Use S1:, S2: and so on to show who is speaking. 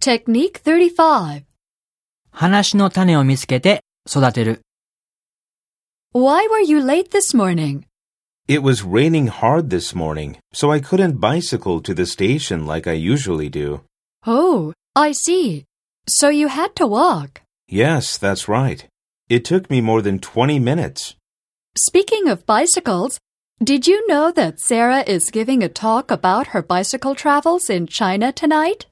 S1: Technique 35.
S2: 話の種を見つけて育てる。
S1: Why were you late this morning?
S3: It was raining hard this morning, so I couldn't bicycle to the station like I usually do.
S1: Oh, I see. So you had to walk.
S3: Yes, that's right. It took me more than 20 minutes.
S1: Speaking of bicycles, did you know that Sarah is giving a talk about her bicycle travels in China tonight?